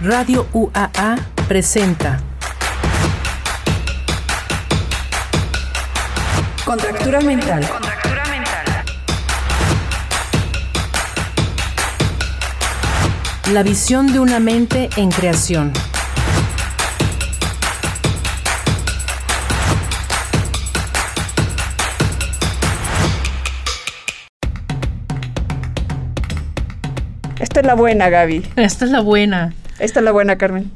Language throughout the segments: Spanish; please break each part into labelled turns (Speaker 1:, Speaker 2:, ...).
Speaker 1: Radio UAA presenta Contractura Mental.
Speaker 2: Contractura mental.
Speaker 1: La visión de una mente en creación.
Speaker 3: Esta es la buena, Gaby.
Speaker 4: Esta es la buena.
Speaker 3: Esta es la buena, Carmen.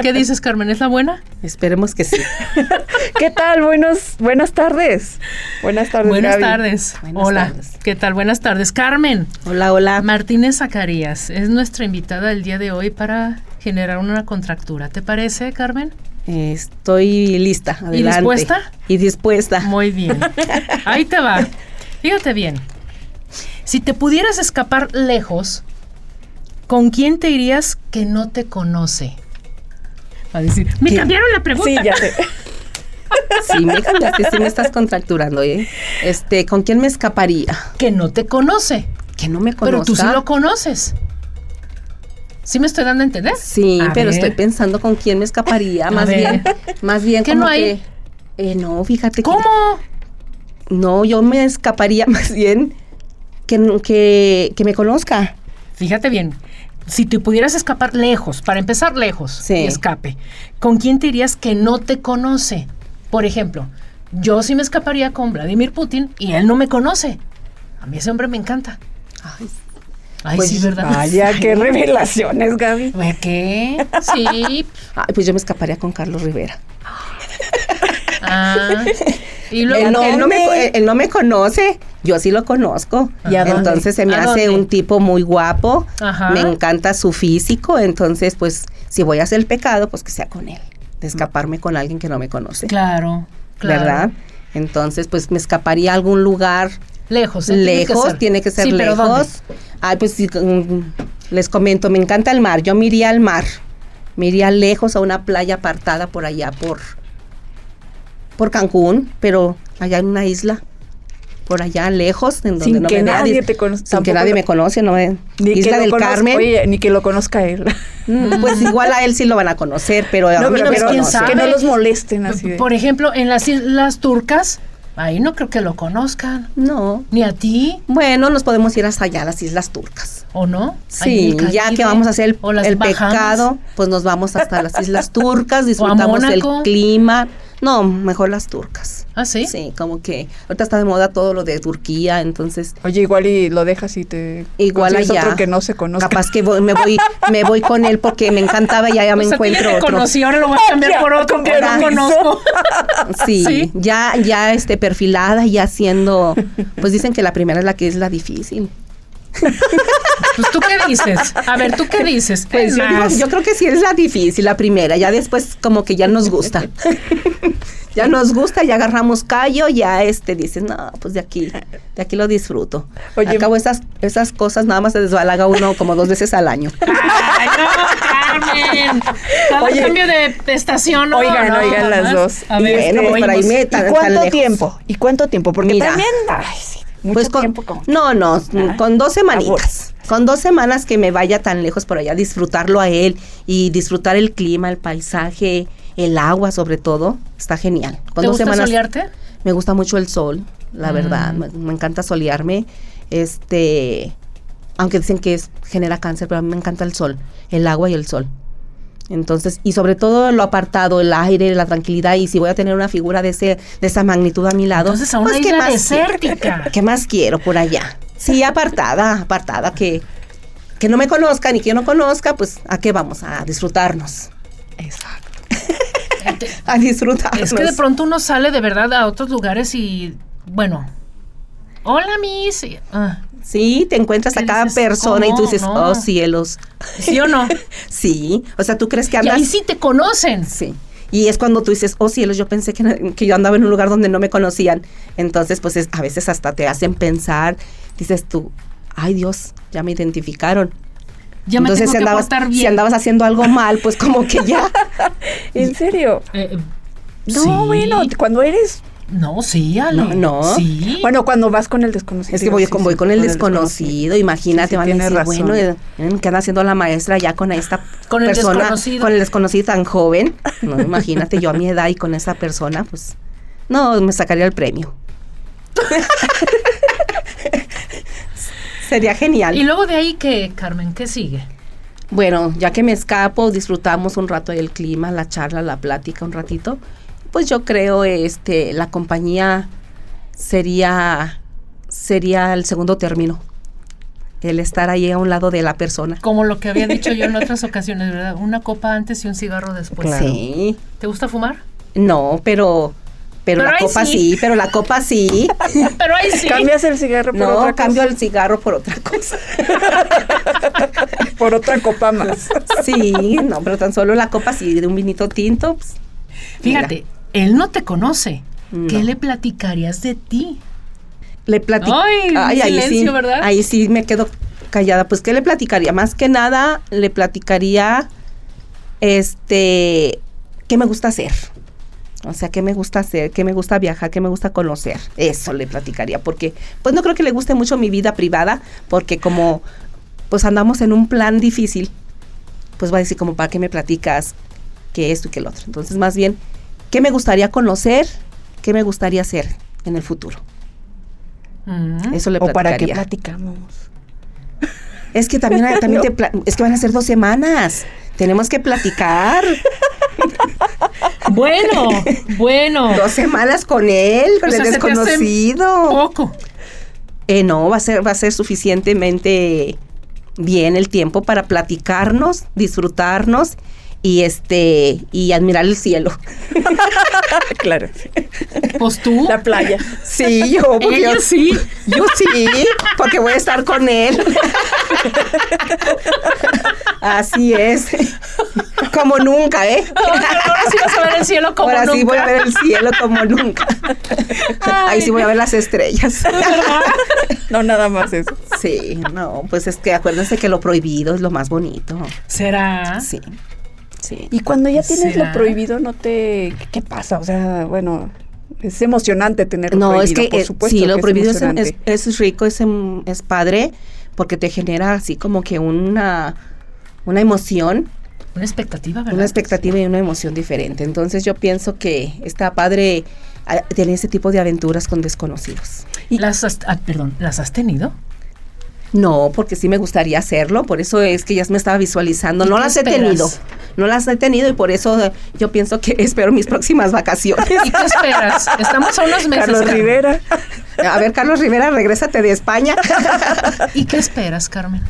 Speaker 4: ¿Qué dices, Carmen? ¿Es la buena?
Speaker 1: Esperemos que sí.
Speaker 3: ¿Qué tal? Buenos, buenas tardes. Buenas tardes,
Speaker 4: Buenas
Speaker 3: Gaby.
Speaker 4: tardes.
Speaker 1: Buenas
Speaker 4: Hola.
Speaker 1: tardes.
Speaker 4: ¿Qué tal? Buenas tardes, Carmen.
Speaker 1: Hola, hola.
Speaker 4: Martínez Zacarías es nuestra invitada el día de hoy para generar una contractura. ¿Te parece, Carmen?
Speaker 5: Eh, Estoy lista, adelante.
Speaker 4: dispuesta?
Speaker 5: Y dispuesta.
Speaker 4: Muy bien. Ahí te va. Fíjate bien. Si te pudieras escapar lejos, ¿con quién te irías que no te conoce? Va a decir, me
Speaker 5: ¿Quién?
Speaker 4: cambiaron la pregunta.
Speaker 3: Sí, ya sé.
Speaker 5: Sí, me cambiaste, sí me estás contracturando, ¿eh? Este, ¿con quién me escaparía?
Speaker 4: Que no te conoce.
Speaker 5: Que no me conozca.
Speaker 4: Pero tú sí lo conoces. ¿Sí me estoy dando a entender?
Speaker 5: Sí,
Speaker 4: A
Speaker 5: pero
Speaker 4: ver.
Speaker 5: estoy pensando con quién me escaparía,
Speaker 4: A
Speaker 5: más
Speaker 4: ver.
Speaker 5: bien. Más bien
Speaker 4: ¿Qué
Speaker 5: como
Speaker 4: no hay?
Speaker 5: que- eh, no, fíjate que-
Speaker 4: ¿Cómo?
Speaker 5: no, yo me escaparía más bien que, n- que, que me conozca.
Speaker 4: Fíjate bien. Si te pudieras escapar lejos, para empezar lejos,
Speaker 5: Sí.
Speaker 4: y escape, ¿con quién te dirías que no te conoce? Por ejemplo, yo sí me escaparía con Vladimir Putin y él no me conoce. A mí ese hombre me encanta.
Speaker 5: Ay,
Speaker 4: Ay,
Speaker 5: Pues
Speaker 4: sí, ¿verdad?
Speaker 3: Vaya, qué revelaciones, Gaby.
Speaker 4: ¿Ve ¿Qué? Sí.
Speaker 5: ay, pues yo me escaparía con Carlos Rivera.
Speaker 4: Ah. Y luego,
Speaker 5: Él no, él no me, co-
Speaker 3: ¿dónde?
Speaker 5: él- él no me conoce, yo sí lo conozco.
Speaker 4: ¿Y a dónde?
Speaker 5: Entonces se me
Speaker 4: ¿A
Speaker 5: hace
Speaker 4: dónde?
Speaker 5: un tipo muy guapo,
Speaker 4: Ajá.
Speaker 5: me encanta su físico, entonces pues si voy a hacer el pecado, pues que sea con él, de escaparme con alguien que no me conoce,
Speaker 4: claro, claro.
Speaker 5: ¿verdad? Entonces pues me escaparía a algún lugar
Speaker 4: Lejos. ¿eh?
Speaker 5: lejos, tiene que ser,
Speaker 4: Sí, pero ¿dónde?
Speaker 5: lejos. Ay, pues sí, mm, les comento, me encanta el mar, yo me iría al mar, me iría lejos a una playa apartada por allá, por, por Cancún, pero allá en una isla, por allá lejos, en donde
Speaker 3: Sin
Speaker 5: no
Speaker 3: que
Speaker 5: me vea,
Speaker 3: nadie
Speaker 5: dis-
Speaker 3: te conozca,
Speaker 5: Sin que
Speaker 3: tampoco
Speaker 5: nadie
Speaker 3: lo-
Speaker 5: me conoce, ¿no? eh,
Speaker 3: que
Speaker 5: isla
Speaker 3: lo
Speaker 5: del
Speaker 3: conozca-
Speaker 5: Carmen.
Speaker 3: Oye, ni que lo conozca él.
Speaker 5: Mm, Pues igual a él sí lo van a conocer, pero a
Speaker 3: No,
Speaker 5: mí
Speaker 3: pero,
Speaker 5: no me
Speaker 3: pero
Speaker 4: quién
Speaker 5: conoce.
Speaker 4: sabe.
Speaker 3: que no los molesten así de.
Speaker 4: Por ejemplo, en las islas turcas, ahí no creo que lo conozcan.
Speaker 5: No.
Speaker 4: Ni a ti,
Speaker 5: Bueno, nos podemos ir hasta allá, a las Islas Turcas.
Speaker 4: ¿o no? Ahí
Speaker 5: Sí,
Speaker 4: en el
Speaker 5: ya
Speaker 4: Caribe,
Speaker 5: que vamos a hacer el,
Speaker 4: o las
Speaker 5: el
Speaker 4: Bahamas.
Speaker 5: pecado, pues nos vamos hasta las islas turcas, disfrutamos el
Speaker 4: Mónaco.
Speaker 5: clima. No, mejor las turcas.
Speaker 4: Ah, sí.
Speaker 5: como que ahorita está de moda todo lo de Turquía, entonces
Speaker 3: Oye, igual y lo dejas y te.
Speaker 5: igual
Speaker 3: consigues
Speaker 5: allá.
Speaker 3: otro que no se conozca.
Speaker 5: Capaz que voy- me voy me voy con él porque me encantaba y ya, ya me
Speaker 4: O sea, tú Pues ya
Speaker 5: encuentro
Speaker 4: te
Speaker 5: otro.
Speaker 4: conocí, ahora lo voy a cambiar
Speaker 3: Ya,
Speaker 4: por otro que no
Speaker 3: compromiso.
Speaker 4: conozco.
Speaker 5: Sí,
Speaker 4: Sí.
Speaker 5: ya ya este perfilada y haciendo pues dicen que la primera es la que es la difícil.
Speaker 4: Pues tú qué dices. A ver, tú qué dices.
Speaker 5: Pues
Speaker 4: Es
Speaker 5: yo, digo,
Speaker 4: más,
Speaker 5: yo creo que sí es la difícil, la primera. Ya después como que ya nos gusta. ya nos gusta, ya agarramos callo, ya este dices, no, pues de aquí, de aquí lo disfruto.
Speaker 3: Oye,
Speaker 5: Al cabo esas, esas cosas nada más se desbalaga uno como dos veces al año.
Speaker 4: Ay, no, Carmen. Cada
Speaker 3: Oye.
Speaker 4: cambio de estación. no,
Speaker 3: Oigan,
Speaker 4: no,
Speaker 3: oigan las
Speaker 4: más.
Speaker 3: dos.
Speaker 4: A
Speaker 3: Y
Speaker 4: ver, te
Speaker 5: bueno, pues, por ahí
Speaker 4: oímos.
Speaker 5: me-
Speaker 3: ¿Y
Speaker 5: tan- tan
Speaker 3: cuánto
Speaker 5: lejos.
Speaker 3: tiempo? ¿Y cuánto tiempo? Porque
Speaker 5: Mira.
Speaker 3: también. Ay, sí, mucho
Speaker 5: Pues con,
Speaker 3: tiempo como Ah, que-
Speaker 5: no, no, con
Speaker 3: aburres.
Speaker 5: dos semanitas. Con dos semanas que me vaya tan lejos por allá, disfrutarlo a él y disfrutar el clima, el paisaje, el agua sobre todo, está genial. Con
Speaker 4: ¿Te
Speaker 5: dos
Speaker 4: gusta
Speaker 5: semanas
Speaker 4: solearte?
Speaker 5: Me gusta mucho el sol, la
Speaker 4: Mm.
Speaker 5: verdad. Me, me encanta solearme. Este, aunque dicen que es, genera cáncer, pero a mí me encanta el sol, el agua y el sol. Entonces, y sobre todo lo apartado, el aire, la tranquilidad, y si voy a tener una figura de ese, de esa magnitud a mi lado.
Speaker 4: Entonces a una
Speaker 5: Pues, ¿qué
Speaker 4: isla
Speaker 5: más quiero?
Speaker 4: desértica.
Speaker 5: ¿Qué más quiero por allá? Sí, apartada, apartada, que, que no me conozcan y que yo no conozca, pues a qué vamos, a disfrutarnos.
Speaker 3: Exacto.
Speaker 5: A disfrutarnos.
Speaker 4: Es que de pronto uno sale de verdad a otros lugares y, bueno, hola mis, y, ah,
Speaker 5: Sí, te encuentras a
Speaker 4: ¿Qué
Speaker 5: cada
Speaker 4: dices?
Speaker 5: persona y tú
Speaker 4: ¿Cómo?
Speaker 5: dices,
Speaker 4: No.
Speaker 5: oh cielos.
Speaker 4: ¿sí o no?
Speaker 5: Sí, o sea, tú crees que
Speaker 4: Y
Speaker 5: andas.
Speaker 4: ahí sí te conocen.
Speaker 5: Sí. Y es cuando tú dices, oh cielos, yo pensé que, que yo andaba en un lugar donde no me conocían. Entonces, pues es- a veces hasta te hacen pensar, dices tú, ay Dios, ya me identificaron.
Speaker 4: Ya me tengo
Speaker 5: Entonces,
Speaker 4: que
Speaker 5: si, andabas,
Speaker 4: portar
Speaker 5: si
Speaker 4: bien.
Speaker 5: andabas haciendo algo mal, pues como que ya.
Speaker 3: ¿En serio?
Speaker 4: Eh,
Speaker 3: No,
Speaker 4: sí.
Speaker 3: bueno, cuando eres
Speaker 4: No, sí, Ale.
Speaker 5: No, no.
Speaker 4: Sí.
Speaker 3: Bueno, cuando vas con el desconocido.
Speaker 5: Es que voy,
Speaker 3: sí,
Speaker 5: con,
Speaker 3: sí,
Speaker 5: voy con el desconocido, imagínate,
Speaker 3: Sí, sí,
Speaker 5: van a
Speaker 3: tienes
Speaker 5: decir,
Speaker 3: razón.
Speaker 5: bueno, eh, ¿qué anda haciendo la maestra ya con esta
Speaker 4: Con el
Speaker 5: persona?
Speaker 4: desconocido.
Speaker 5: Con el desconocido tan joven. No, imagínate yo a mi edad y con esa persona, pues, no, me sacaría el premio. Sería genial.
Speaker 4: Y luego de ahí que, Carmen, ¿qué sigue?
Speaker 5: Bueno, ya que me escapo, disfrutamos un rato del clima, la charla, la plática, un ratito. Pues yo creo, este, la compañía sería, sería el segundo término. El estar ahí a un lado de la persona.
Speaker 4: Como lo que había dicho yo en otras ocasiones, ¿verdad? Una copa antes y un cigarro después.
Speaker 5: Sí.
Speaker 4: ¿Te gusta fumar?
Speaker 5: No, pero, pero,
Speaker 4: Pero
Speaker 5: la
Speaker 4: ahí
Speaker 5: copa
Speaker 4: sí.
Speaker 5: sí. pero la copa sí.
Speaker 4: Ah, Pero ahí sí.
Speaker 3: Cambias el cigarro por
Speaker 5: no,
Speaker 3: otra
Speaker 5: cambio
Speaker 3: cosa,
Speaker 5: el cigarro por otra cosa.
Speaker 3: por otra copa más.
Speaker 5: Sí, no, pero tan solo la copa sí, de un vinito tinto. pues, mira.
Speaker 4: Fíjate, él no te conoce. ¿Qué
Speaker 5: No.
Speaker 4: le platicarías de ti?
Speaker 5: le platico.
Speaker 4: Ay, un
Speaker 5: ahí sí,
Speaker 4: silencio, ¿verdad?
Speaker 5: Ahí sí me quedo callada. Pues, ¿qué le platicaría? Más que nada, le platicaría, este, qué me gusta hacer. O sea, qué me gusta hacer, qué me gusta viajar, qué me gusta conocer. Eso le platicaría, porque, pues, no creo que le guste mucho mi vida privada, porque como, pues, andamos en un plan difícil, pues va a decir como, ¿para qué me platicas? que esto y que el otro. Entonces, más bien, ¿qué me gustaría conocer? ¿Qué me gustaría hacer en el futuro?
Speaker 4: Mm.
Speaker 5: Eso le
Speaker 3: ¿O para qué
Speaker 5: platicaría.
Speaker 3: platicamos?
Speaker 5: Es que también, hay- también te pla- es que van a ser dos semanas. Tenemos que platicar
Speaker 4: Bueno, bueno.
Speaker 5: dos semanas con él, con
Speaker 4: O sea,
Speaker 5: el
Speaker 4: se te hace
Speaker 5: desconocido.
Speaker 4: Poco.
Speaker 5: Eh, no, va a ser, va a ser suficientemente bien el tiempo para platicarnos, disfrutarnos y este y admirar el cielo.
Speaker 3: claro.
Speaker 4: Pues tú.
Speaker 3: La playa.
Speaker 5: Sí, yo, porque
Speaker 4: Ella
Speaker 5: yo-
Speaker 4: sí.
Speaker 5: yo sí, porque voy a estar con él. Así es. Como nunca, ¿eh?
Speaker 4: Ahora sí vas a ver el cielo como
Speaker 5: Ahora
Speaker 4: nunca.
Speaker 5: sí voy a ver el cielo como nunca. Ahí sí voy a ver las estrellas.
Speaker 3: No, nada más eso.
Speaker 5: Sí, no, pues es que acuérdense que lo prohibido es lo más bonito.
Speaker 4: ¿Será?
Speaker 5: Sí, sí.
Speaker 3: Y cuando ya tienes
Speaker 4: ¿Será?
Speaker 3: lo prohibido, no te. ¿Qué, qué pasa? O sea, bueno, es emocionante tenerlo
Speaker 5: No,
Speaker 3: prohibido.
Speaker 5: es que
Speaker 3: por
Speaker 5: eh,
Speaker 3: supuesto
Speaker 5: sí,
Speaker 3: que
Speaker 5: lo
Speaker 3: es
Speaker 5: prohibido es,
Speaker 3: emocionante.
Speaker 5: es- es rico, es, em, es padre, porque te genera así como que una, una emoción,
Speaker 4: Una expectativa, ¿verdad?
Speaker 5: una expectativa y una emoción diferente. Entonces yo pienso que está padre ah, tener ese tipo de aventuras con desconocidos.
Speaker 4: ¿Las has, ah, perdón, ¿las has tenido?
Speaker 5: No, porque sí me gustaría hacerlo, por eso es que ya me estaba visualizando.
Speaker 4: ¿Y
Speaker 5: No
Speaker 4: qué
Speaker 5: las he
Speaker 4: esperas?
Speaker 5: tenido, no las he tenido y por eso eh, yo pienso que espero mis próximas vacaciones.
Speaker 4: ¿Y qué esperas? Estamos a unos meses.
Speaker 3: Carlos
Speaker 4: Carmen.
Speaker 3: Rivera.
Speaker 5: A ver, Carlos Rivera, regrésate de España.
Speaker 4: ¿Y qué esperas, Carmen?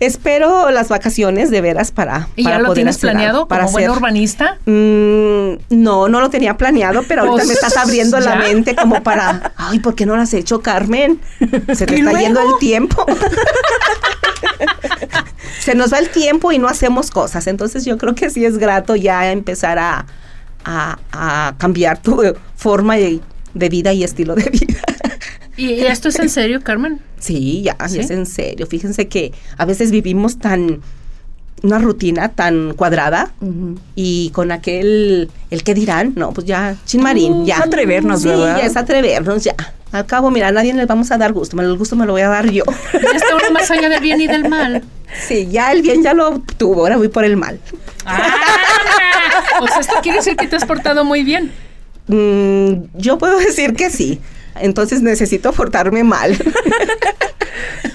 Speaker 5: espero las vacaciones de veras para.
Speaker 4: ¿Y
Speaker 5: para
Speaker 4: ya lo
Speaker 5: poder
Speaker 4: tienes
Speaker 5: hacer algo,
Speaker 4: planeado
Speaker 5: para
Speaker 4: como buen
Speaker 5: hacer-
Speaker 4: urbanista?
Speaker 5: Mm, no, no lo tenía planeado, pero ahorita
Speaker 4: Pues,
Speaker 5: me estás abriendo la
Speaker 4: ¿ya?
Speaker 5: mente como para, ay, ¿por qué no las has hecho, Carmen? Se te
Speaker 4: ¿Y
Speaker 5: está
Speaker 4: luego?
Speaker 5: yendo el tiempo. Se nos va el tiempo y no hacemos cosas, entonces yo creo que sí es grato ya empezar a, a- a cambiar tu eh, forma de, de vida y estilo de vida.
Speaker 4: ¿Y, y esto es en serio, Carmen?
Speaker 5: Sí, ya,
Speaker 4: ¿Sí?
Speaker 5: es en serio. Fíjense que a veces vivimos tan una rutina tan cuadrada y con aquel el que dirán, no, pues ya, chinmarín,
Speaker 3: Mm,
Speaker 5: ya.
Speaker 3: atrevernos,
Speaker 5: sí,
Speaker 3: ¿verdad?
Speaker 5: ya es atrevernos, ya. Al cabo, mira, a nadie le vamos a dar gusto, me- el gusto me lo voy a dar yo.
Speaker 4: Ya está una más allá del bien y del mal.
Speaker 5: Sí, ya el bien ya lo obtuvo, ahora voy por el mal.
Speaker 4: ¡Ah! O sea, esto quiere decir que te has portado muy bien.
Speaker 5: Mm, yo puedo decir que sí, entonces necesito portarme mal.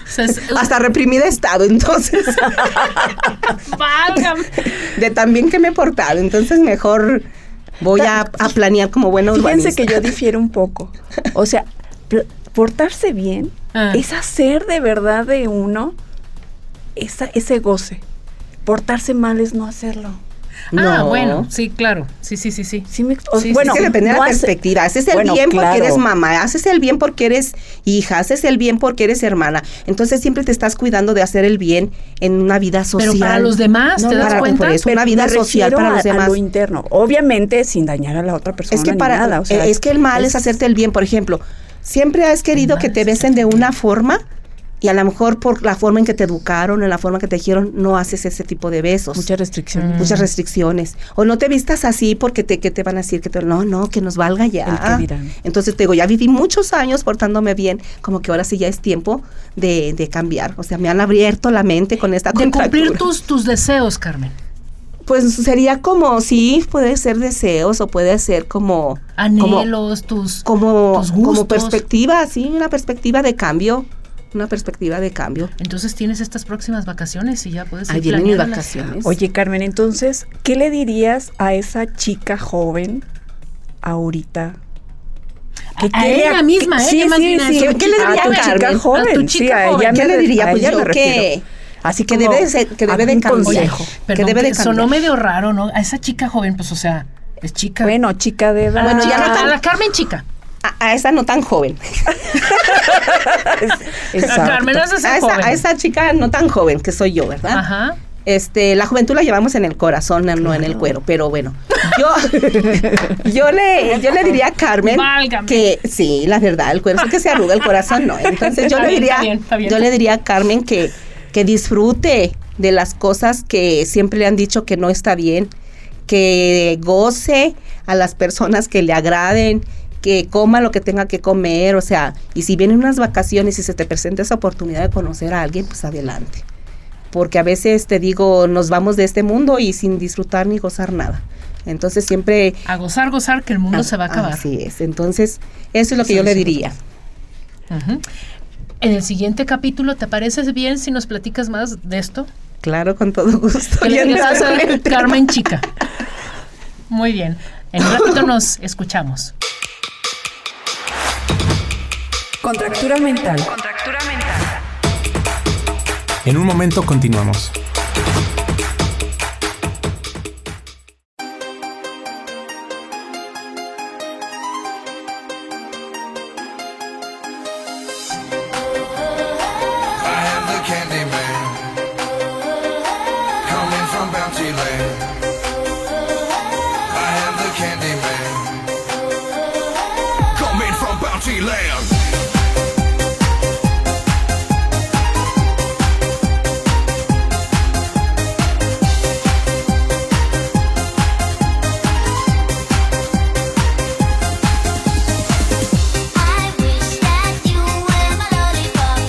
Speaker 4: O sea, es-
Speaker 5: Hasta reprimida he estado, entonces,
Speaker 4: ¡Válgame!
Speaker 5: de tan bien que me he portado, entonces mejor voy a, a planear como buena
Speaker 3: Fíjense
Speaker 5: urbanista.
Speaker 3: que yo difiero un poco. O sea, pl- portarse bien
Speaker 4: Ah.
Speaker 3: es hacer de verdad de uno esa, ese goce. Portarse mal es no hacerlo.
Speaker 4: Ah,
Speaker 5: No.
Speaker 4: bueno, sí, claro. Sí, sí, sí, sí.
Speaker 3: ¿Sí me ex- o-
Speaker 4: Sí, sí,
Speaker 3: bueno,
Speaker 5: Bueno, es que depende de
Speaker 3: no
Speaker 5: la
Speaker 3: hace-
Speaker 5: perspectiva. Haces el
Speaker 3: Bueno,
Speaker 5: bien porque
Speaker 3: claro.
Speaker 5: eres mamá, haces el bien porque eres hija, haces el bien porque eres hermana. Entonces siempre te estás cuidando de hacer el bien en una vida social.
Speaker 4: Pero para los demás,
Speaker 5: No,
Speaker 4: ¿te das
Speaker 5: para-
Speaker 4: cuenta?
Speaker 5: por eso, una
Speaker 3: Me
Speaker 5: vida social
Speaker 3: refiero
Speaker 5: para
Speaker 3: a-
Speaker 5: los
Speaker 3: A
Speaker 5: demás.
Speaker 3: lo interno. Obviamente sin dañar a la otra persona.
Speaker 5: Es que
Speaker 3: ni
Speaker 5: para
Speaker 3: nada, o sea,
Speaker 5: es que el mal es, hacerte el bien, por ejemplo. Siempre has querido que te besen de una forma Y a lo mejor por la forma en que te educaron, en la forma que te dijeron, no haces ese tipo de besos.
Speaker 3: Mucha restricción.
Speaker 4: Mm.
Speaker 5: muchas restricciones. O no te vistas así porque te, que te van a decir que te, no, no, que nos valga ya.
Speaker 3: El que dirán.
Speaker 5: Entonces te digo, ya viví muchos años portándome bien, como que ahora sí ya es tiempo de, de cambiar. O sea, me han abierto la mente con esta
Speaker 4: De cumplir
Speaker 5: contractura.
Speaker 4: tus, tus deseos, Carmen.
Speaker 5: Pues sería como, sí, puede ser deseos o puede ser como... como-
Speaker 4: Anhelos, tus,
Speaker 5: Como,
Speaker 4: tus
Speaker 5: como,
Speaker 4: gustos.
Speaker 5: perspectiva, sí, una perspectiva de cambio. Una perspectiva de cambio.
Speaker 4: Entonces tienes estas próximas vacaciones y ya puedes ir
Speaker 5: Ahí vienen mis
Speaker 4: planeándolas.
Speaker 5: vacaciones.
Speaker 3: Oye, Carmen, entonces, ¿qué le dirías a esa chica joven ahorita? ¿Qué-
Speaker 4: A- a
Speaker 3: qué le-
Speaker 4: ella misma,
Speaker 3: qué-
Speaker 4: ¿eh? Yo más bien a eso.
Speaker 5: ¿Qué- qué le diría
Speaker 3: a tu
Speaker 5: Carmen? A
Speaker 3: chica
Speaker 5: tu
Speaker 3: joven?
Speaker 4: chica
Speaker 3: sí, a ella
Speaker 4: joven.
Speaker 3: me
Speaker 5: ¿Qué le
Speaker 3: re-
Speaker 5: diría?
Speaker 3: a
Speaker 5: Pues
Speaker 3: ella
Speaker 5: yo
Speaker 3: me refiero.
Speaker 5: que-
Speaker 3: Así
Speaker 5: que
Speaker 3: como
Speaker 5: debe de ser- que debe de
Speaker 3: algún
Speaker 5: cambiar.
Speaker 4: Oye,
Speaker 3: consejo.
Speaker 4: perdón,
Speaker 5: debe de
Speaker 4: que sonó
Speaker 5: cambiar.
Speaker 4: medio raro, ¿no? A esa chica joven, pues, o sea, es chica.
Speaker 3: Bueno, chica de edad.
Speaker 5: Bueno,
Speaker 4: Ah,
Speaker 5: ya no
Speaker 4: a
Speaker 5: tan-
Speaker 4: la Carmen chica.
Speaker 5: A, a esa no tan joven.
Speaker 4: A
Speaker 3: Exacto.
Speaker 4: Carmen no es esa
Speaker 5: a, esa,
Speaker 4: joven.
Speaker 5: a esa chica no tan joven que soy yo, ¿verdad?
Speaker 4: Ajá.
Speaker 5: Este, la juventud la llevamos en el corazón, no en el cuero, pero bueno. Yo, yo le, yo le diría a Carmen
Speaker 4: Válgame.
Speaker 5: que sí, la verdad, el cuero es el que se arruga, el corazón no. Entonces yo
Speaker 4: Está
Speaker 5: le
Speaker 4: bien,
Speaker 5: diría,
Speaker 4: está bien, está bien.
Speaker 5: yo le diría a Carmen que, que disfrute de las cosas que siempre le han dicho que no está bien, que goce a las personas que le agraden, que coma lo que tenga que comer, o sea, y si vienen unas vacaciones y se te presenta esa oportunidad de conocer a alguien, pues adelante porque a veces te digo, nos vamos de este mundo y sin disfrutar ni gozar nada. Entonces siempre... Ah,
Speaker 4: A gozar, gozar, que el mundo se va a acabar.
Speaker 5: Así es. Entonces, eso es lo que yo le diría.
Speaker 4: Ujú. En el siguiente capítulo, ¿te parece bien si nos platicas más de esto?
Speaker 5: Claro, con todo gusto.
Speaker 4: ¿Qué le
Speaker 5: Y
Speaker 4: dirías a
Speaker 5: entrar en
Speaker 4: esa
Speaker 5: el tema.
Speaker 4: Carmen chica? Muy bien. En un ratito nos escuchamos.
Speaker 1: Contractura mental.
Speaker 2: En un momento continuamos.
Speaker 6: I have the candy man coming from Bounty Land. I have the candy man coming from Bounty Land.
Speaker 7: I wish that you were my lollipop,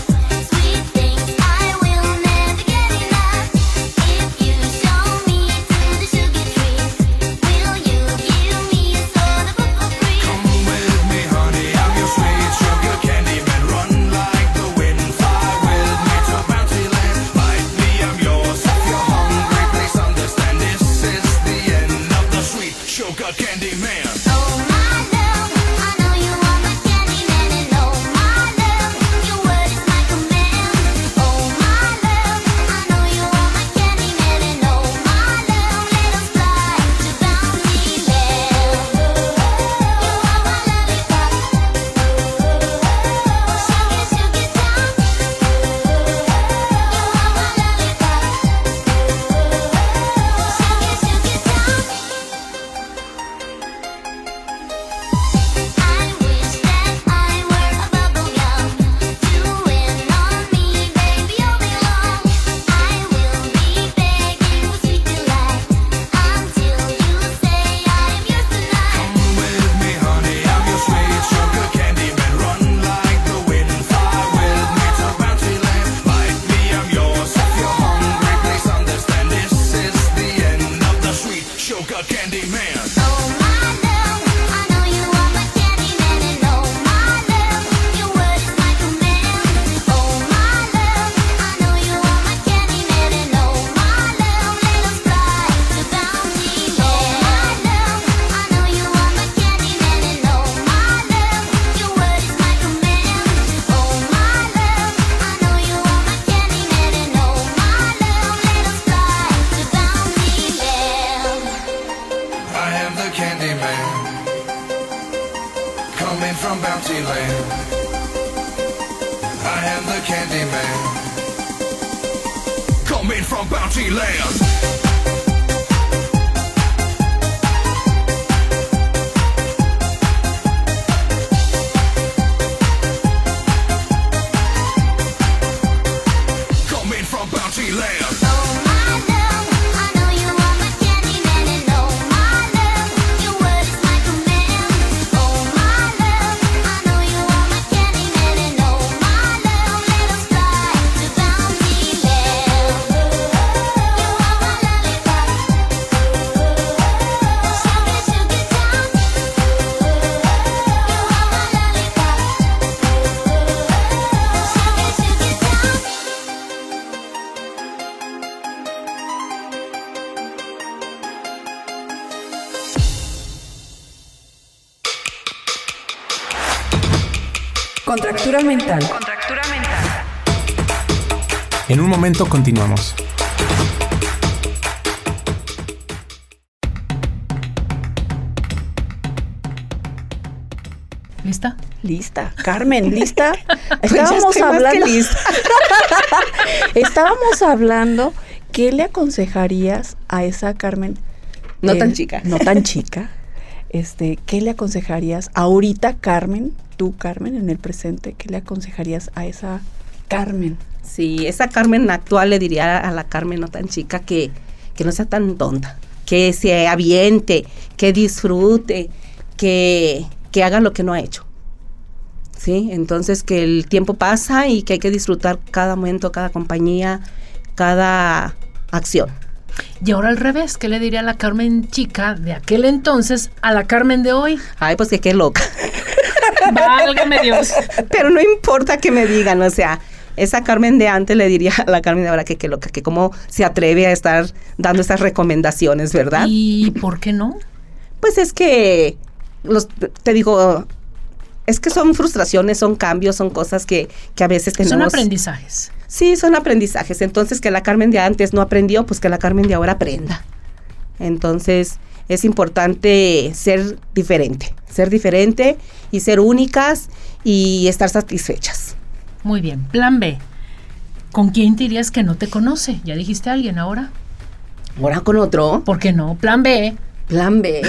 Speaker 7: sweet things I will never get enough. If you show me to the sugar tree, will you give me a soda pop for free?
Speaker 6: Come with me, honey, I'm your sweet sugar candy man. Run like the wind, fly with me to Bounty Land. Bite me, I'm yours. If you're hungry, please understand this is the end of the sweet sugar candy man.
Speaker 7: Oh my love, I know you are my candy man, and oh my love, your word is my command. Oh my love, I know you are my candy man, and oh my love, let us fly to Bountyland. You are my lollipop, sugar sugar time. You are my lollipop, sugar sugar time. I wish that I were a bubblegum to win on me, baby, all day long. I will be begging with sweet delight until you say
Speaker 6: with me,
Speaker 7: I'm yours tonight.
Speaker 6: honey. I'm your sweet sugar candy man. Run like the wind, fly with me to bounty land. Bite me, I'm yours. If you're hungry, please understand this is the end of the sweet sugar candy man.
Speaker 7: Oh my love, I know you are my candy man, and oh my love, your word is my command. Oh my love, I know you are my candy man, and oh my love, let us fly to Bountyland. Oh my love, I know you are my candy man, and oh my love, your word is my command. Oh my love, I know you are my candy man, and oh my love, let us fly to Bountyland.
Speaker 6: I am the candy man. Coming from bounty land. I am the candy man. Coming from bounty land. Disneyland.
Speaker 7: Oh my love, I know you are my candy man, and oh my love, your word is my command. Oh my love, I know you are my candy man, and oh my love, let us fly to Bountyland. You are my lollipop, so that you get down. You are my lollipop, so that you get down.
Speaker 1: Contractura mental. Contractura mental.
Speaker 2: En un momento continuamos.
Speaker 4: ¿Lista?
Speaker 3: Lista, Carmen, lista.
Speaker 5: Pues ya
Speaker 3: Estábamos
Speaker 5: estoy más que
Speaker 3: hablando.
Speaker 5: lista.
Speaker 3: Estábamos hablando. ¿Qué le aconsejarías a esa Carmen?
Speaker 5: No
Speaker 3: del-
Speaker 5: tan chica.
Speaker 3: No tan chica. Este, ¿qué le aconsejarías ahorita, Carmen? Tú, Carmen, en el presente, ¿qué le aconsejarías a esa Carmen?
Speaker 5: Sí, esa Carmen actual le diría a la Carmen no tan chica que, que no sea tan tonta, que se aviente, que disfrute, que, que haga lo que no ha hecho. Sí, entonces que el tiempo pasa y que hay que disfrutar cada momento, cada compañía, cada acción.
Speaker 4: Y ahora al revés, ¿qué le diría la Carmen chica de aquel entonces a la Carmen de hoy?
Speaker 5: Ay, pues que qué loca.
Speaker 4: Válgame Dios.
Speaker 5: Pero no importa que me digan, o sea, esa Carmen de antes le diría a la Carmen de ahora que qué loca, que cómo se atreve a estar dando estas recomendaciones, ¿verdad?
Speaker 4: ¿Y por qué no?
Speaker 5: Pues es que, los, te digo, es que son frustraciones, son cambios, son cosas que, que a veces tenemos.
Speaker 4: Son aprendizajes.
Speaker 5: Sí, son aprendizajes. Entonces, que la Carmen de antes no aprendió, pues que la Carmen de ahora aprenda. Entonces, es importante ser diferente, ser diferente y ser únicas y estar satisfechas.
Speaker 4: Muy bien. Plan B. ¿Con quién te dirías que no te conoce? ¿Ya dijiste a alguien ahora?
Speaker 5: Ahora con otro.
Speaker 4: ¿Por qué no? Plan B.
Speaker 5: Plan B.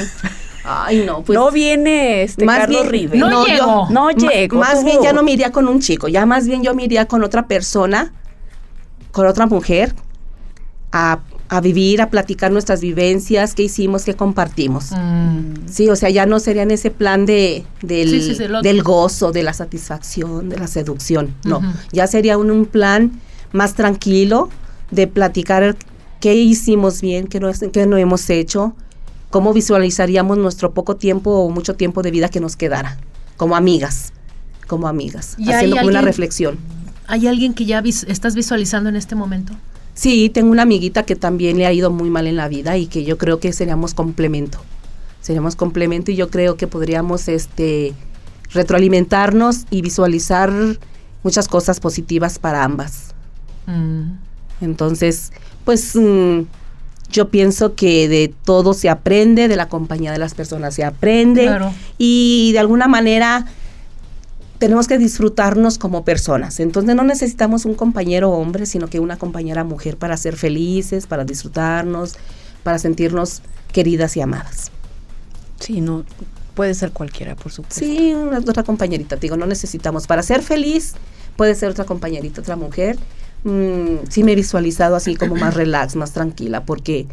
Speaker 5: Ay, no, pues.
Speaker 3: no viene este Carlos Rivera.
Speaker 4: no
Speaker 5: yo-
Speaker 4: llegó.
Speaker 3: No
Speaker 5: ma-
Speaker 3: llegó,
Speaker 5: Más bien
Speaker 3: tú.
Speaker 5: ya no me iría con un chico, ya más bien yo me iría con otra persona, con otra mujer, a, a vivir, a platicar nuestras vivencias, qué hicimos, qué compartimos.
Speaker 4: Mm,
Speaker 5: Sí, o sea, ya no sería en ese plan de, del,
Speaker 4: Sí, sí, sí, lo-
Speaker 5: del gozo, de la satisfacción, de la seducción. No,
Speaker 4: Ujú.
Speaker 5: ya sería un, un plan más tranquilo de platicar qué hicimos bien, qué no, es- qué no hemos hecho, cómo visualizaríamos nuestro poco tiempo o mucho tiempo de vida que nos quedara, como amigas, como amigas,
Speaker 4: ¿Y hay
Speaker 5: haciendo como una
Speaker 4: alguien-
Speaker 5: reflexión.
Speaker 4: ¿Hay alguien que ya vis- estás visualizando en este momento?
Speaker 5: Sí, tengo una amiguita que también le ha ido muy mal en la vida y que yo creo que seríamos complemento. Seríamos complemento y yo creo que podríamos este retroalimentarnos y visualizar muchas cosas positivas para ambas.
Speaker 4: Mm,
Speaker 5: Entonces, pues mm, yo pienso que de todo se aprende, de la compañía de las personas se aprende
Speaker 4: Claro.
Speaker 5: y de alguna manera tenemos que disfrutarnos como personas. Entonces no necesitamos un compañero hombre, sino que una compañera mujer para ser felices, para disfrutarnos, para sentirnos queridas y amadas.
Speaker 3: Sí, no puede ser cualquiera, por supuesto.
Speaker 5: Sí, una, otra compañerita, te digo, no necesitamos. Para ser feliz puede ser otra compañerita, otra mujer. Mm, sí me he visualizado así como más relax, más tranquila, porque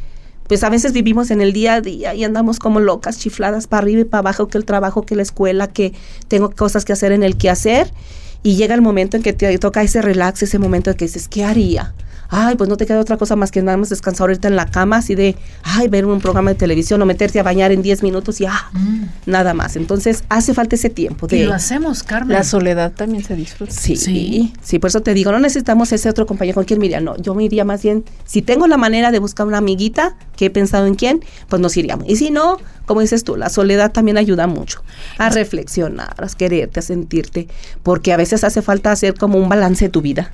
Speaker 5: pues a veces vivimos en el día a día y andamos como locas, chifladas para arriba y para abajo, que el trabajo, que la escuela, que tengo cosas que hacer en el que hacer. Y llega el momento en que te toca ese relax, ese momento en que dices, ¿qué haría? Ay, pues no te queda otra cosa más que nada más descansar ahorita en la cama, así de, ay, ver un programa de televisión o meterte a bañar en 10 minutos y, ah,
Speaker 4: mm.
Speaker 5: nada más. Entonces hace falta ese tiempo
Speaker 4: Y
Speaker 5: de...
Speaker 4: lo hacemos, Carmen.
Speaker 3: La soledad también se disfruta.
Speaker 5: Sí,
Speaker 4: Sí.
Speaker 5: sí, por eso te digo, no necesitamos ese otro compañero con quien me iría, no, yo me iría más bien, si tengo la manera de buscar una amiguita que he pensado en quién, pues nos iríamos. Y si no, como dices tú, la soledad también ayuda mucho a reflexionar, a quererte, a sentirte, porque a veces hace falta hacer como un balance de tu vida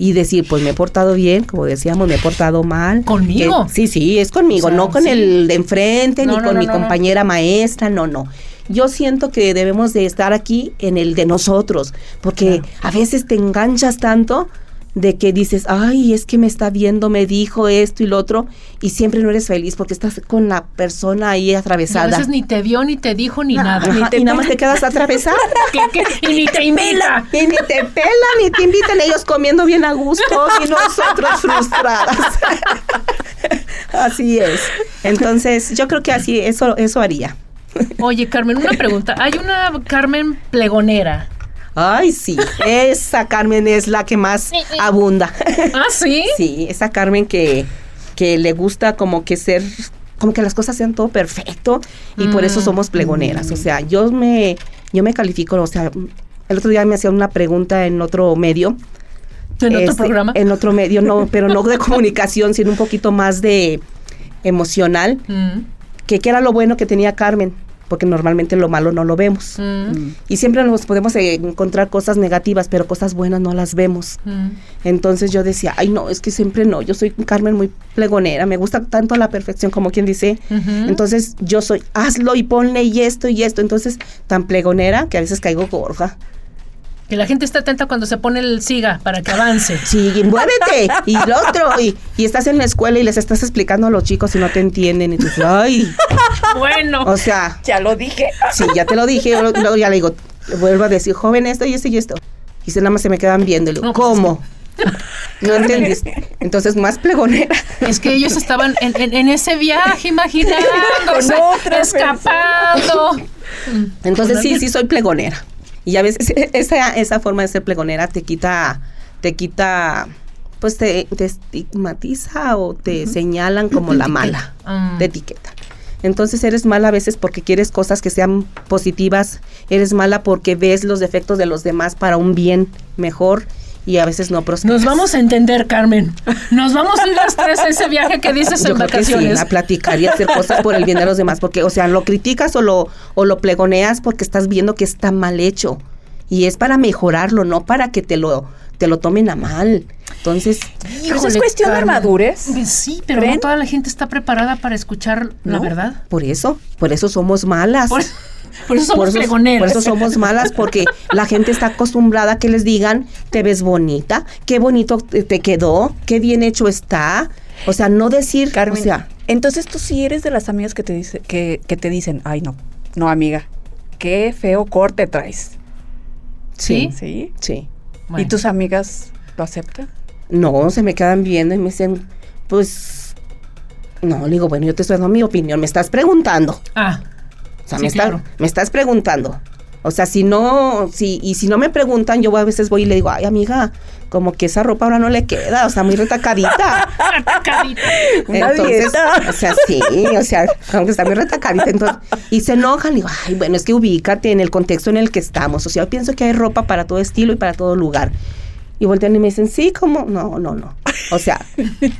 Speaker 5: y decir, pues me he portado bien, como decíamos, me he portado mal.
Speaker 4: ¿Conmigo?
Speaker 5: Que- sí, sí, es conmigo,
Speaker 4: O sea,
Speaker 5: no con
Speaker 4: sí.
Speaker 5: el de enfrente,
Speaker 4: No,
Speaker 5: ni
Speaker 4: no,
Speaker 5: con
Speaker 4: no,
Speaker 5: mi
Speaker 4: no, no.
Speaker 5: compañera maestra, no, no. Yo siento que debemos de estar aquí en el de nosotros, porque a veces te enganchas tanto de que dices, ay, es que me está viendo, me dijo esto y lo otro, y siempre no eres feliz porque estás con la persona ahí
Speaker 4: Y a
Speaker 5: atravesada.
Speaker 4: veces ni te vio, ni te dijo, ni nada.
Speaker 5: Ajá, y nada más te quedas atravesada.
Speaker 4: ¿Qué, qué? Y ni te invita.
Speaker 5: Y ni te pelan, ni te invitan ellos comiendo bien a gusto y nosotros frustradas. así es. Entonces, yo creo que así, eso, eso haría.
Speaker 4: Oye, Carmen, una pregunta. Hay una Carmen plegonera.
Speaker 5: Ay, sí, esa Carmen es la que más abunda.
Speaker 4: ¿Ah, sí?
Speaker 5: Sí, esa Carmen que, que le gusta como que ser, como que las cosas sean todo perfecto y por
Speaker 4: Mm.
Speaker 5: eso somos plegoneras. O sea, yo me, yo me califico, o sea, el otro día me hacía una pregunta en otro medio.
Speaker 4: En otro
Speaker 5: este,
Speaker 4: programa.
Speaker 5: En otro medio, no, pero no de comunicación, sino un poquito más de emocional,
Speaker 4: Mm,
Speaker 5: que qué era lo bueno que tenía Carmen, porque normalmente lo malo no lo vemos.
Speaker 4: mm,
Speaker 5: Y siempre nos podemos eh, encontrar cosas negativas, pero cosas buenas no las vemos.
Speaker 4: mm.
Speaker 5: Entonces yo decía, ay no, es que siempre no, yo soy Carmen muy plegonera, me gusta tanto la perfección como quien dice.
Speaker 4: Ujú.
Speaker 5: Entonces yo soy, hazlo y ponle y esto y esto. Entonces tan plegonera que a veces caigo gorda.
Speaker 4: Que la gente está atenta cuando se pone el siga para que avance.
Speaker 5: Sí, y muévete y lo otro. Y, y estás en la escuela y les estás explicando a los chicos y no te entienden. Y tú dices, ay,
Speaker 4: Bueno.
Speaker 5: o sea,
Speaker 3: Ya lo dije.
Speaker 5: Sí, ya te lo dije, yo lo- luego ya le digo, vuelvo a decir, joven, esto y esto y esto. Y se nada más se me quedan viendo, y le digo,
Speaker 4: No, pues,
Speaker 5: ¿cómo? No entendiste. Entonces, más plegonera.
Speaker 4: Es que ellos estaban en, en- en ese viaje, imaginándose,
Speaker 3: Con otra
Speaker 4: escapando.
Speaker 5: Entonces, sí, sí soy plegonera. Y a veces esa, esa forma de ser plegonera te quita, te quita, pues te, te estigmatiza o te señalan como la mala,
Speaker 4: Ah.
Speaker 5: te etiqueta. Entonces eres mala a veces porque quieres cosas que sean positivas, eres mala porque ves los defectos de los demás para un bien mejor y a veces no prosperas.
Speaker 4: Nos vamos a entender, Carmen. Nos vamos a ir las tres a ese viaje que dices
Speaker 5: Yo
Speaker 4: en
Speaker 5: creo que sí,
Speaker 4: vacaciones.
Speaker 5: a platicar y hacer cosas por el bien de los demás, porque, o sea, lo criticas o lo, o lo plegoneas porque estás viendo que está mal hecho. Y es para mejorarlo, no para que te lo, te lo tomen a mal. Entonces,
Speaker 3: Pero eso Pues es
Speaker 4: Híjole,
Speaker 3: cuestión de
Speaker 4: Carmen.
Speaker 3: madurez.
Speaker 4: Sí, pero
Speaker 3: ¿Creen?
Speaker 4: no toda la gente está preparada para escuchar la
Speaker 5: ¿no?
Speaker 4: verdad.
Speaker 5: Por eso, por eso somos malas.
Speaker 4: Por, por eso somos
Speaker 5: por eso,
Speaker 4: pregoneros.
Speaker 5: por eso somos malas, porque la gente está acostumbrada a que les digan, te ves bonita, qué bonito te te quedó, qué bien hecho está. O sea, no decir,
Speaker 3: Carmen,
Speaker 5: o sea,
Speaker 3: entonces tú sí eres de las amigas que te, dice, que, que te dicen, ay no, no amiga, qué feo corte traes.
Speaker 4: ¿Sí?
Speaker 3: ¿Sí?
Speaker 5: sí.
Speaker 4: Bueno.
Speaker 3: ¿Y tus amigas lo aceptan?
Speaker 5: No, se me quedan viendo y me dicen, pues, no, le digo, bueno, yo te estoy dando mi opinión, me estás preguntando.
Speaker 4: Ah,
Speaker 5: O sea,
Speaker 4: Sí,
Speaker 5: me, está-
Speaker 4: claro.
Speaker 5: me estás preguntando. O sea, si no, si, y si no me preguntan, yo a veces voy y le digo, ay, amiga, como que esa ropa ahora no le queda, o sea, muy retacadita.
Speaker 4: atacadita.
Speaker 3: Una dieta.
Speaker 5: o sea, sí, o sea, aunque está muy retacadita, entonces, y se enojan, y digo, ay, bueno, es que ubícate en el contexto en el que estamos. O sea, yo pienso que hay ropa para todo estilo y para todo lugar. Y voltean y me dicen, sí, como, no, no, no. O sea,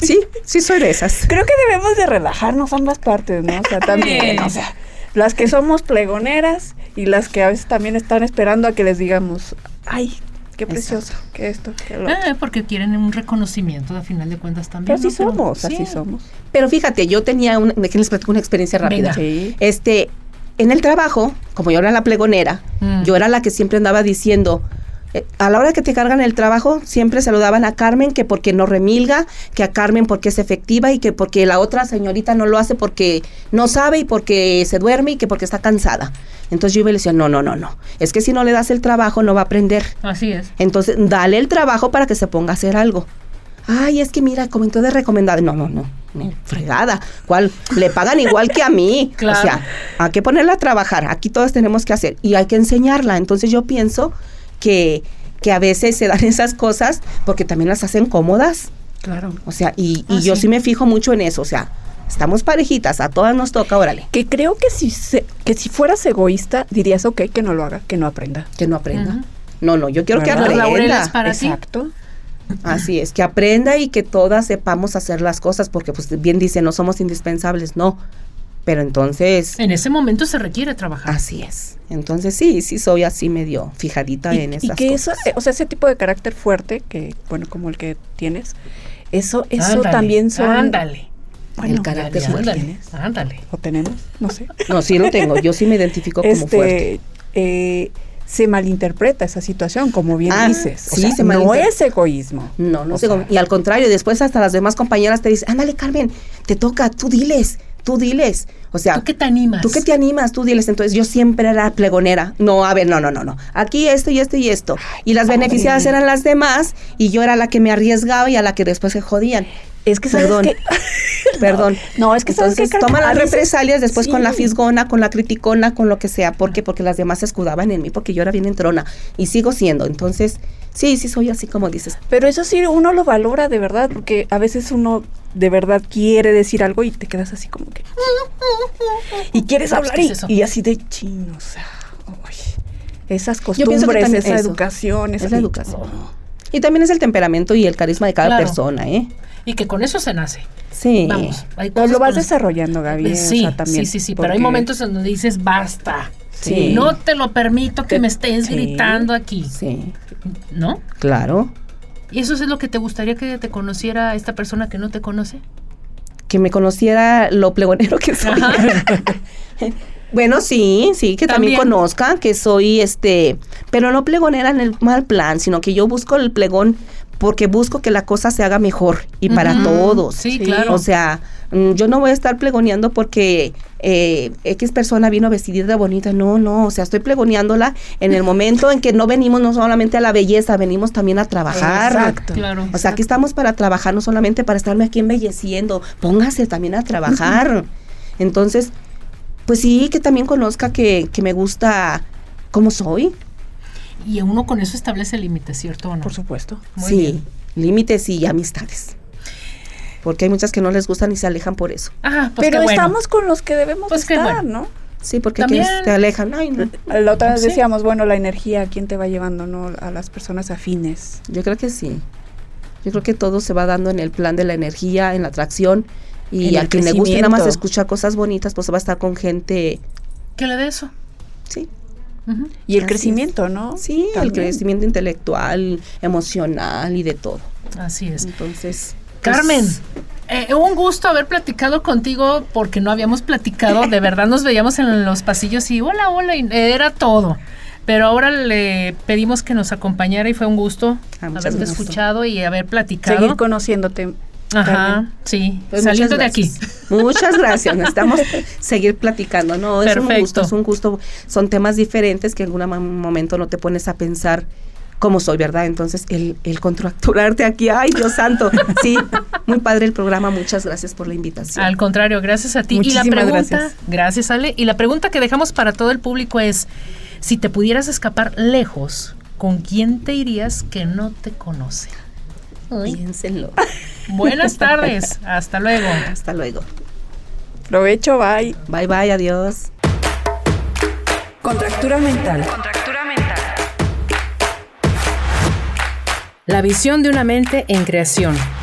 Speaker 5: sí, sí soy de esas.
Speaker 3: Creo que debemos de relajarnos ambas partes, ¿no? O sea, también,
Speaker 4: Sí.
Speaker 3: o sea, las que somos plegoneras y las que a veces también están esperando a que les digamos, ay, qué precioso, que esto, que lo otro".
Speaker 4: Ah, porque quieren un reconocimiento, a final de cuentas también.
Speaker 3: Pero así
Speaker 4: ¿no? Pero-
Speaker 3: somos,
Speaker 4: sí.
Speaker 3: así somos.
Speaker 5: Pero fíjate, yo tenía una, déjenles platico una experiencia rápida.
Speaker 4: Venga.
Speaker 3: Sí.
Speaker 5: Este, en el trabajo, como yo era la plegonera,
Speaker 4: Mm.
Speaker 5: yo era la que siempre andaba diciendo, eh, a la hora que te cargan el trabajo, siempre saludaban a Carmen que porque no remilga, que a Carmen porque es efectiva y que porque la otra señorita no lo hace porque no sabe y porque se duerme y que porque está cansada. Entonces yo iba y le decía, no, no, no, no, es que si no le das el trabajo no va a aprender.
Speaker 4: Así es.
Speaker 5: Entonces, dale el trabajo para que se ponga a hacer algo. Ay, es que mira, comentó de recomendado. No, no, no. ni Fregada. ¿Cuál? Le pagan igual que a mí.
Speaker 4: Claro.
Speaker 5: O sea, hay que ponerla a trabajar. Aquí todos tenemos que hacer. Y hay que enseñarla. Entonces yo pienso que, que a veces se dan esas cosas porque también las hacen cómodas.
Speaker 3: Claro.
Speaker 5: O sea, y, y
Speaker 4: Ah,
Speaker 5: yo
Speaker 4: sí.
Speaker 5: sí me fijo mucho en eso. O sea, estamos parejitas, a todas nos toca, órale.
Speaker 3: Que creo que si, se- que si fueras egoísta, dirías, ok, que no lo haga, que no aprenda.
Speaker 5: Que no aprenda.
Speaker 4: Ujú.
Speaker 5: No, no, yo quiero que
Speaker 3: ¿Verdad?
Speaker 4: Los laureles
Speaker 5: aprenda.
Speaker 4: para ti.
Speaker 3: Exacto.
Speaker 5: Así es, que aprenda y que todas sepamos hacer las cosas, porque pues bien dice, no somos indispensables, no. Pero entonces,
Speaker 4: En ese momento se requiere trabajar.
Speaker 5: así es. Entonces sí, sí soy así medio fijadita
Speaker 3: Y,
Speaker 5: en
Speaker 3: y
Speaker 5: esas
Speaker 3: que
Speaker 5: cosas.
Speaker 3: eso, eh, o sea, ese tipo de carácter fuerte, que bueno, como el que tienes, eso, eso
Speaker 4: Ándale,
Speaker 3: también son...
Speaker 4: Ándale.
Speaker 3: Bueno,
Speaker 5: El carácter
Speaker 3: ¿sí lo
Speaker 5: fuerte.
Speaker 4: Ándale.
Speaker 3: tienes?
Speaker 4: Ándale.
Speaker 3: ¿O tenemos? No sé.
Speaker 5: No, sí lo tengo, yo sí me identifico como fuerte.
Speaker 3: este, eh, se malinterpreta esa situación, como bien
Speaker 5: Ah,
Speaker 3: dices. O
Speaker 5: sí,
Speaker 3: sea,
Speaker 5: se
Speaker 3: no
Speaker 5: malinter-
Speaker 3: es egoísmo.
Speaker 5: No, no
Speaker 3: O
Speaker 5: sé.
Speaker 3: sea,
Speaker 5: cómo- Y al contrario, después hasta las demás compañeras te dicen, ándale, Carmen, te toca, tú diles, tú diles. O sea,
Speaker 4: ¿Tú qué te animas?
Speaker 5: ¿Tú qué te animas? Tú diles, entonces yo siempre era plegonera. No, a ver, no, no, no, no. Aquí esto y esto y esto. Y las beneficiadas eran las demás y yo era la que me arriesgaba y a la que después se jodían.
Speaker 3: Es que sabes
Speaker 5: Perdón.
Speaker 3: que-
Speaker 5: Perdón.
Speaker 3: No, es que sabes
Speaker 5: entonces
Speaker 3: que, Carmen,
Speaker 5: toma
Speaker 3: a
Speaker 5: las
Speaker 3: veces-
Speaker 5: represalias después con la
Speaker 3: sí. Ah.
Speaker 5: fisgona, con la criticona, con lo que sea, porque porque las demás se escudaban en mí porque yo era bien entrona y sigo siendo. Entonces, sí, sí soy así como dices.
Speaker 3: Pero eso sí, uno lo valora de verdad, porque a veces uno de verdad quiere decir algo y te quedas así como que... Y quieres
Speaker 4: Pues,
Speaker 3: hablar
Speaker 4: ¿qué
Speaker 3: y,
Speaker 4: es eso?
Speaker 3: y así de chino, o sea, uy, esas
Speaker 5: Yo pienso que
Speaker 3: costumbres,
Speaker 5: también
Speaker 3: esa
Speaker 5: eso.
Speaker 3: educación.
Speaker 5: Es
Speaker 3: esa-
Speaker 5: la educación. Y también es el temperamento y el carisma de cada
Speaker 4: Claro.
Speaker 5: persona, ¿eh?
Speaker 4: Y que con eso se nace.
Speaker 5: Sí.
Speaker 4: Vamos. hay
Speaker 3: No,
Speaker 4: cosas
Speaker 3: lo
Speaker 4: con
Speaker 3: vas
Speaker 4: las-
Speaker 3: desarrollando, Gaby.
Speaker 4: Eh,
Speaker 3: o
Speaker 4: Sí,
Speaker 3: sea, también,
Speaker 4: sí, sí, sí, pero hay
Speaker 3: porque-
Speaker 4: momentos en donde dices basta.
Speaker 5: Sí.
Speaker 4: No te lo permito que
Speaker 5: Te-
Speaker 4: me estés
Speaker 5: sí.
Speaker 4: gritando aquí,
Speaker 5: Sí.
Speaker 4: ¿no?
Speaker 5: Claro.
Speaker 4: ¿Y eso es lo que te gustaría que te conociera esta persona que no te conoce?
Speaker 5: que me conociera lo plegonero que soy. bueno, sí, sí, que también,
Speaker 4: También.
Speaker 5: conozcan que soy este, pero no plegonera en el mal plan, sino que yo busco el plegón porque busco que la cosa se haga mejor y para
Speaker 4: Ujú.
Speaker 5: todos.
Speaker 4: Sí, claro.
Speaker 5: O sea, mm, yo no voy a estar plegoneando porque eh, X persona vino vestidita bonita. No, no, o sea, estoy plegoneándola en el momento en que no venimos no solamente a la belleza, venimos también a trabajar.
Speaker 3: Exacto.
Speaker 4: Claro.
Speaker 5: O sea, aquí estamos para trabajar, no solamente para estarme aquí embelleciendo. Póngase también a trabajar. Entonces, pues sí, que también conozca que, que me gusta cómo soy.
Speaker 4: Y uno con eso establece límites, ¿cierto o no?
Speaker 3: Por supuesto.
Speaker 4: Muy
Speaker 5: sí,
Speaker 4: bien.
Speaker 5: límites y amistades. Porque hay muchas que no les gustan y se alejan por eso.
Speaker 4: Ah, pues
Speaker 3: pero
Speaker 4: qué bueno.
Speaker 3: estamos con los que debemos
Speaker 4: Pues qué
Speaker 3: estar,
Speaker 4: bueno.
Speaker 3: ¿no?
Speaker 5: Sí, porque
Speaker 4: También-
Speaker 5: quienes te alejan. Ay, no.
Speaker 3: La otra vez
Speaker 4: Sí.
Speaker 3: decíamos, bueno, la energía, ¿quién te va llevando, no? A las personas afines.
Speaker 5: Yo creo que sí. Yo creo que todo se va dando en el plan de la energía, en la atracción. Y
Speaker 3: En
Speaker 5: al
Speaker 3: el
Speaker 5: que le guste nada más
Speaker 3: crecimiento.
Speaker 5: escuchar cosas bonitas, pues va a estar con gente,
Speaker 4: ¿Qué le de eso?
Speaker 5: sí,
Speaker 4: Ujú.
Speaker 3: Y el
Speaker 5: Así es.
Speaker 3: crecimiento, ¿no?
Speaker 5: Sí, el
Speaker 3: También.
Speaker 5: crecimiento intelectual, emocional y de todo.
Speaker 4: Así es.
Speaker 5: Entonces,
Speaker 4: Carmen,
Speaker 5: Pues,
Speaker 4: eh, un gusto haber platicado contigo porque no habíamos platicado, de verdad nos veíamos en los pasillos y hola, hola, y era todo. Pero ahora le pedimos que nos acompañara y fue un gusto
Speaker 5: Ah, muchas
Speaker 4: haberte
Speaker 5: gracias.
Speaker 4: escuchado y haber platicado.
Speaker 3: Seguir conociéndote.
Speaker 4: Ajá,
Speaker 3: Carmen.
Speaker 4: sí,
Speaker 5: pues,
Speaker 4: saliendo
Speaker 5: muchas
Speaker 4: de aquí.
Speaker 5: gracias. Muchas gracias. Necesitamos seguir platicando. No, es un
Speaker 4: Perfecto.
Speaker 5: gusto, es un gusto. Son temas diferentes que en algún ma- momento no te pones a pensar cómo soy, ¿verdad? Entonces, el, el contracturarte aquí, ay, Dios santo. Sí, muy padre el programa. Muchas gracias por la invitación.
Speaker 4: Al contrario, gracias a ti. y la
Speaker 3: Muchísimas
Speaker 4: pregunta,
Speaker 3: gracias.
Speaker 4: gracias Ale, y la pregunta que dejamos para todo el público es, si te pudieras escapar lejos, ¿con quién te irías que no te conoce?
Speaker 5: Piénsenlo.
Speaker 4: Buenas tardes, hasta luego.
Speaker 5: Hasta luego.
Speaker 3: Provecho, bye.
Speaker 5: Bye, bye, adiós.
Speaker 1: Contractura mental. Contractura mental.
Speaker 4: La visión de una mente en creación.